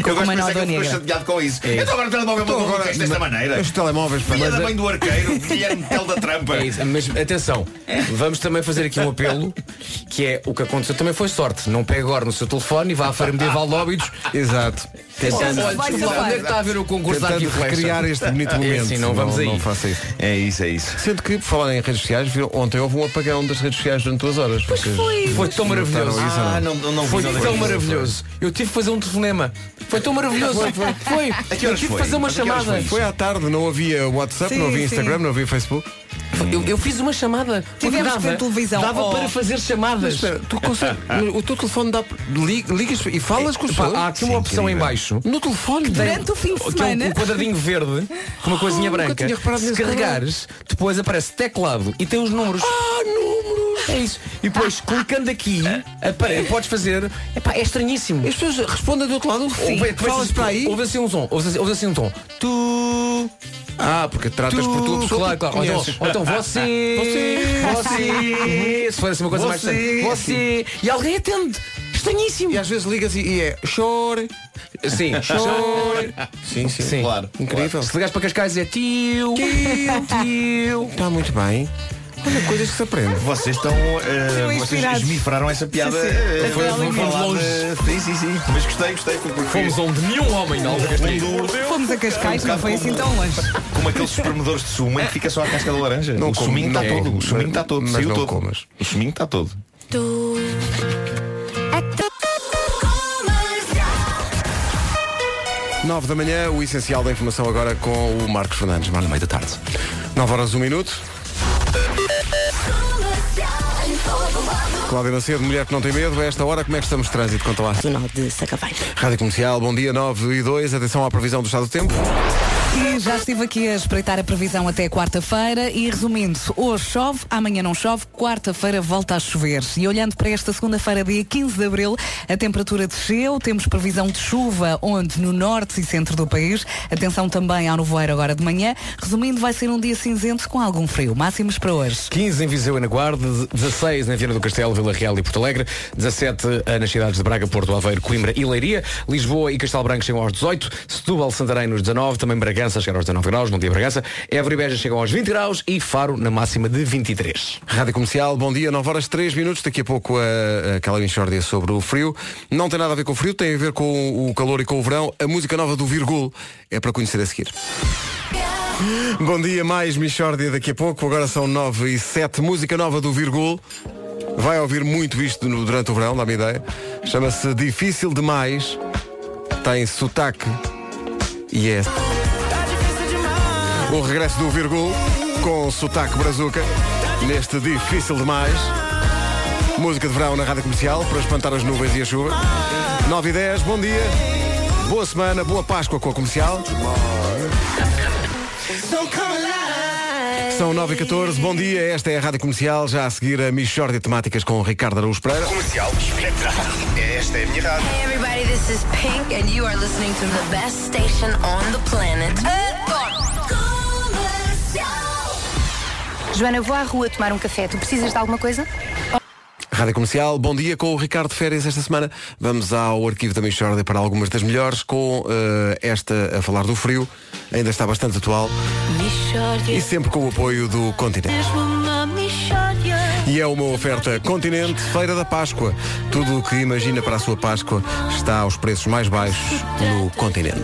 Speaker 10: Eu
Speaker 4: uma
Speaker 10: gosto de pensar
Speaker 4: nódoa
Speaker 10: que ele ficou
Speaker 4: negra. É.
Speaker 10: chateado com isso. Então agora o telemóvel
Speaker 1: Então
Speaker 10: bateu no
Speaker 1: agora-
Speaker 10: queixo desta maneira. é-
Speaker 1: Os telemóveis para
Speaker 10: *laughs* Filha da mãe do arqueiro, Guilherme Tel da Trampa.
Speaker 2: É isso, mas É atenção, Vamos também fazer aqui um apelo, que é o que aconteceu também foi sorte. Não pegue agora no seu telefone e vá à Feira Medieval de Óbidos.
Speaker 1: Exato.
Speaker 2: Tentando,
Speaker 4: Olha, vai safar.
Speaker 2: onde é que está a ver o concurso da
Speaker 1: Tentando
Speaker 2: arquiflexa?
Speaker 1: recriar este bonito
Speaker 2: É
Speaker 1: momento.
Speaker 2: assim, não vamos aí.
Speaker 1: Não faça isso.
Speaker 10: É isso, é isso.
Speaker 1: Sendo que, por falar em redes sociais, viram, ontem houve um apagão das redes sociais durante duas horas. Pois foi.
Speaker 2: Foi tão maravilhoso. Ah,
Speaker 1: Notaram isso ou não?
Speaker 10: Ah,
Speaker 1: é?
Speaker 10: não, não
Speaker 2: Foi
Speaker 10: nada
Speaker 2: tão
Speaker 10: disso.
Speaker 2: maravilhoso. Eu tive que fazer um telefonema. Foi tão maravilhoso. Foi.
Speaker 10: que
Speaker 2: Eu tive
Speaker 10: horas
Speaker 2: que
Speaker 10: foi?
Speaker 2: fazer uma
Speaker 10: A que horas
Speaker 2: chamada.
Speaker 1: Foi à tarde, não havia WhatsApp, não havia
Speaker 4: sim.
Speaker 1: Instagram, não havia Facebook.
Speaker 2: Eu, eu fiz uma chamada. porque
Speaker 4: Tivemos que
Speaker 2: dava,
Speaker 4: ver televisão.
Speaker 2: Dava
Speaker 4: Oh.
Speaker 2: para fazer chamadas.
Speaker 1: tu consegues.
Speaker 2: *laughs*
Speaker 1: o teu telefone dá. Ligas e falas com
Speaker 2: É, Pá, há aqui uma opção em baixo.
Speaker 1: No telefone, Ah,
Speaker 4: Durante o fim de
Speaker 2: Que é um,
Speaker 4: semana.
Speaker 2: um quadradinho verde com uma coisinha
Speaker 1: nunca
Speaker 2: branca.
Speaker 1: tinha reparado
Speaker 2: Se
Speaker 1: nesse quadrado.
Speaker 2: carregares, depois aparece teclado e tem os números. Ah, números! É isso. E depois, clicando aqui, apare- podes fazer. Epá, é estranhíssimo.
Speaker 1: As pessoas respondem do outro lado.
Speaker 2: Ouve-
Speaker 1: Falas para aí.
Speaker 2: Ouve assim um som, ouve assim, ouve assim um tom. Tu.
Speaker 1: Ah, porque tratas por tua pessoa.
Speaker 2: Claro, claro. Ou então, ou então você. Você. Se for assim uma coisa mais
Speaker 1: Você.
Speaker 2: estranha. Você. E alguém atende. Estranhíssimo.
Speaker 1: E às vezes ligas e, e é chore. *laughs*
Speaker 2: Sim, chore.
Speaker 1: Sim, sim,
Speaker 2: claro,
Speaker 1: Incrível.
Speaker 2: Se ligares para Cascais é tio.
Speaker 1: Tio, tio. Está muito bem. Olha, coisas que se aprende.
Speaker 10: Vocês estão.
Speaker 4: Estão
Speaker 1: eh,
Speaker 10: Uh, vocês
Speaker 4: inspirados.
Speaker 10: esmifraram essa piada.
Speaker 4: Sim, sim.
Speaker 10: eh,
Speaker 4: Até ali
Speaker 10: vou
Speaker 2: fomos
Speaker 10: falar
Speaker 2: longe.
Speaker 10: de- Sim, sim, sim. Mas gostei, gostei. Porque
Speaker 2: Fomos onde nenhum homem não
Speaker 10: um do-
Speaker 4: Fomos a
Speaker 10: Um
Speaker 4: Cascais, não foi assim tão longe.
Speaker 10: como aqueles espremedores de sumo em que fica só a casca da laranja.
Speaker 1: Não
Speaker 10: o
Speaker 1: como,
Speaker 10: suminho está
Speaker 1: não
Speaker 10: todo.
Speaker 1: como.
Speaker 10: O suminho está todo.
Speaker 1: Mas
Speaker 10: Saiu
Speaker 1: não
Speaker 10: todo.
Speaker 1: comas.
Speaker 10: O suminho está todo.
Speaker 6: Tu é tu.
Speaker 1: 9 da manhã, o essencial da informação agora com o Marcos Fernandes.
Speaker 7: Trabalho meio da tarde.
Speaker 1: 9 horas 1 minuto. Cláudia Macedo, mulher que não tem medo, a esta hora como é que estamos de trânsito? Conta lá.
Speaker 3: Do nó de Sacavém.
Speaker 1: Rádio Comercial, bom dia, 9 e 2, atenção à previsão do estado do tempo.
Speaker 4: E já estive aqui a espreitar a previsão até quarta-feira e resumindo, hoje chove, amanhã não chove, quarta-feira volta a chover. E olhando para esta segunda-feira, dia 15 de abril, a temperatura desceu, temos previsão de chuva onde no norte e centro do país. Atenção também ao nevoeiro agora de manhã. Resumindo, vai ser um dia cinzento com algum frio. Máximos para hoje.
Speaker 2: 15 em Viseu e na Guarda, 16 na Viana do Castelo, Vila Real e Porto Alegre, 17 eh, nas cidades de Braga, Porto Aveiro, Coimbra e Leiria, Lisboa e Castelo Branco chegam aos 18, Setúbal, Santarém nos 19, também Bragança chega aos 19 graus, bom dia Bragança, Évora e Beja chegam aos 20 graus e Faro na máxima de 23.
Speaker 1: Rádio Comercial, bom dia, 9 horas 3 minutos, daqui a pouco a- aquela enxórdia sobre o frio. Não tem nada a ver com o frio, tem a ver com o calor e com o verão. A música nova do Virgul é para conhecer a seguir. Bom dia, mais Michórdia daqui a pouco, agora são 9 e 7, música nova do Virgul. Vai ouvir muito isto no- durante o verão, dá-me ideia. Chama-se Difícil Demais, tem sotaque e é... O regresso do Virgul com sotaque brazuca neste difícil demais. Música de verão na rádio comercial para espantar as nuvens e a chuva. 9 e 10, bom dia. Boa semana, boa Páscoa com a comercial. São 9 e 14, bom dia. Esta é a rádio comercial. Já a seguir a Michórdia de Temáticas com o Ricardo Araújo Pereira.
Speaker 5: Comercial, Esta é a minha rádio.
Speaker 9: Hey everybody, this is Pink and you are listening to the best station on the planet.
Speaker 6: Joana, vou à rua tomar um café. Tu precisas de alguma coisa?
Speaker 1: Rádio Comercial, bom dia com o Ricardo de Férias esta semana. Vamos ao arquivo da Michorda para algumas das melhores, com eh, esta a falar do frio, ainda está bastante atual, e sempre com o apoio do Continente. E é uma oferta Continente, Feira da Páscoa. Tudo o que imagina É para a sua Páscoa está aos preços mais baixos no Continente.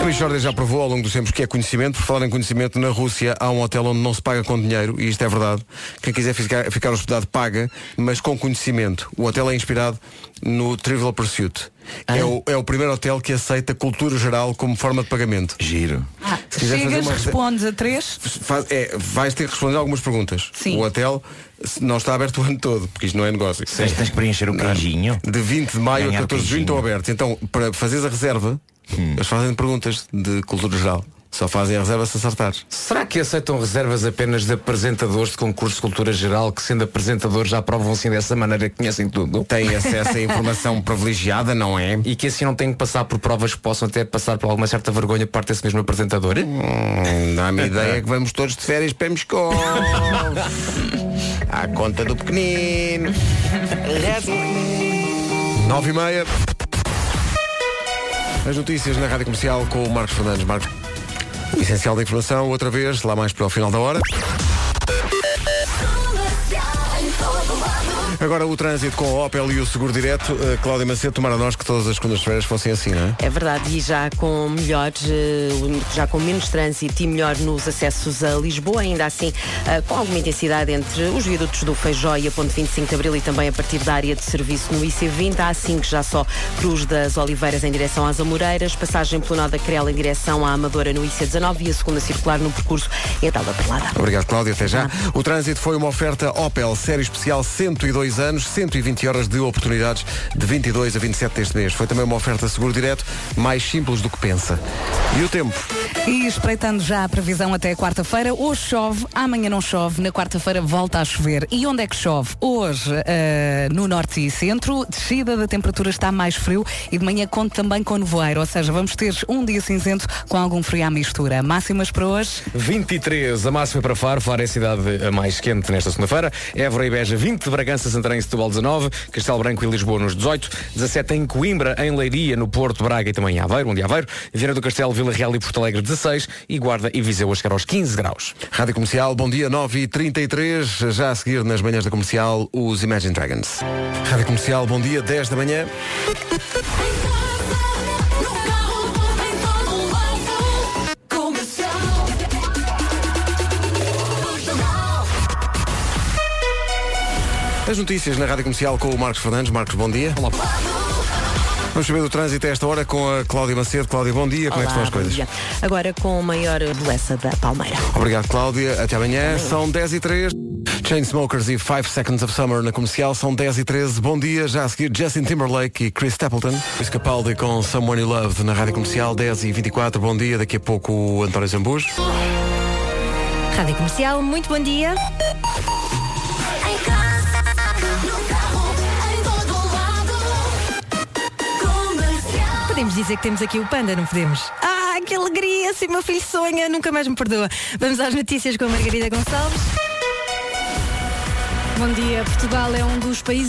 Speaker 1: A Michorda já provou ao longo dos tempos que é conhecimento. Por falar em conhecimento, na Rússia há um hotel onde não se paga com dinheiro, e isto é verdade. Quem quiser ficar, ficar hospedado paga, mas com conhecimento. O hotel é inspirado no Trivial Pursuit. É, o, é o primeiro hotel que aceita cultura geral como forma de pagamento.
Speaker 10: Giro.
Speaker 1: Se quiser fazer
Speaker 4: Chegas,
Speaker 1: uma rece-
Speaker 4: respondes a três.
Speaker 1: Faz- é, vais ter que responder algumas perguntas.
Speaker 4: Sim.
Speaker 1: O hotel se- não está aberto o ano todo, porque isto não é negócio.
Speaker 10: Tens tens que preencher o canjinho.
Speaker 1: De 20 de maio
Speaker 10: Ganhar
Speaker 1: a 14 de junho
Speaker 10: queijinho.
Speaker 1: estão
Speaker 10: Hum.
Speaker 1: abertos. Então, para fazeres a reserva, eles fazem perguntas de cultura geral. Só fazem a reserva se acertares.
Speaker 2: Será que aceitam reservas apenas de apresentadores de concurso de cultura geral que sendo apresentadores já aprovam assim dessa maneira que conhecem tudo?
Speaker 1: Têm acesso a informação *laughs* privilegiada, não é?
Speaker 2: E que assim não têm que passar por provas que possam até passar por alguma certa vergonha por parte desse mesmo apresentador?
Speaker 1: Hum, *laughs* Dá-me ideia que vamos todos de férias para Moscou. À conta do pequenino. Nove e meia. As notícias na Rádio Comercial com o Marcos Fernandes. Marcos. Essencial da informação, outra vez, lá mais para o final da hora. Agora o trânsito com a Opel e o seguro direto. Eh, Cláudia Macedo, tomara nós que todas as segundas-feiras fossem assim, não é?
Speaker 3: É verdade, e já com melhores, eh, já com menos trânsito e melhor nos acessos a Lisboa, ainda assim eh, com alguma intensidade entre os viadutos do Feijó e a ponte 25 de Abril e também a partir da área de serviço no IC20, a A5 já só Cruz das Oliveiras em direção às Amoreiras, passagem pelo Nó da Crela em direção à Amadora no IC19 e a segunda circular no percurso entre Alba Perlada.
Speaker 1: Obrigado, Cláudia. Até já. O trânsito foi uma oferta Opel, série especial 102 anos, 120 horas de oportunidades de 22 a 27 deste mês. Foi também uma oferta seguro direto, mais simples do que pensa. E o tempo?
Speaker 4: E espreitando já a previsão até quarta-feira, hoje chove, amanhã não chove, na quarta-feira volta a chover. E onde é que chove? Hoje, eh, no norte e centro, descida da temperatura está mais frio e de manhã conto também com nevoeiro, ou seja, vamos ter um dia cinzento com algum frio à mistura. Máximas para hoje,
Speaker 2: 23, a máxima para Faro. Faro é a cidade a mais quente nesta segunda-feira. Évora e Beja, 20. Bragança, Santarém e Setúbal, 19. Castelo Branco e Lisboa, nos 18. 17 em Coimbra, em Leiria, no Porto, Braga e também em Aveiro, onde Aveiro. Vieira do Castelo, Vila Real e Porto Alegre, 16. E Guarda e Viseu a chegar aos 15 graus.
Speaker 1: Rádio Comercial, bom dia, 9h33. Já a seguir, nas manhãs da comercial, os Imagine Dragons. Rádio Comercial, bom dia, 10 da manhã. As notícias na Rádio Comercial com o Marcos Fernandes. Marcos, bom dia. Olá. Vamos saber do trânsito a esta hora com a Cláudia Macedo. Cláudia, bom dia. Como é que estão as
Speaker 3: Olá, bom
Speaker 1: coisas?
Speaker 3: dia. Agora com maior beleza da Palmeira.
Speaker 1: Obrigado, Cláudia. Até amanhã. São 10 e 3 Chainsmokers e 5 Seconds of Summer na comercial. São 10 e 13 Bom dia. Já a seguir, Justin Timberlake e Chris Stapleton. Luís Capaldi com Someone You Loved na rádio comercial. 10 e 24 Bom dia. Daqui a pouco, o António Zambujo.
Speaker 9: Rádio Comercial, muito bom dia.
Speaker 6: Em casa, no carro, em todo lado. Comercial.
Speaker 9: Podemos dizer que temos aqui o Panda, não podemos? Ah, que alegria! Se o meu filho sonha, nunca mais me perdoa. Vamos às notícias com a Margarida Gonçalves.
Speaker 11: Bom dia. Portugal é um dos países.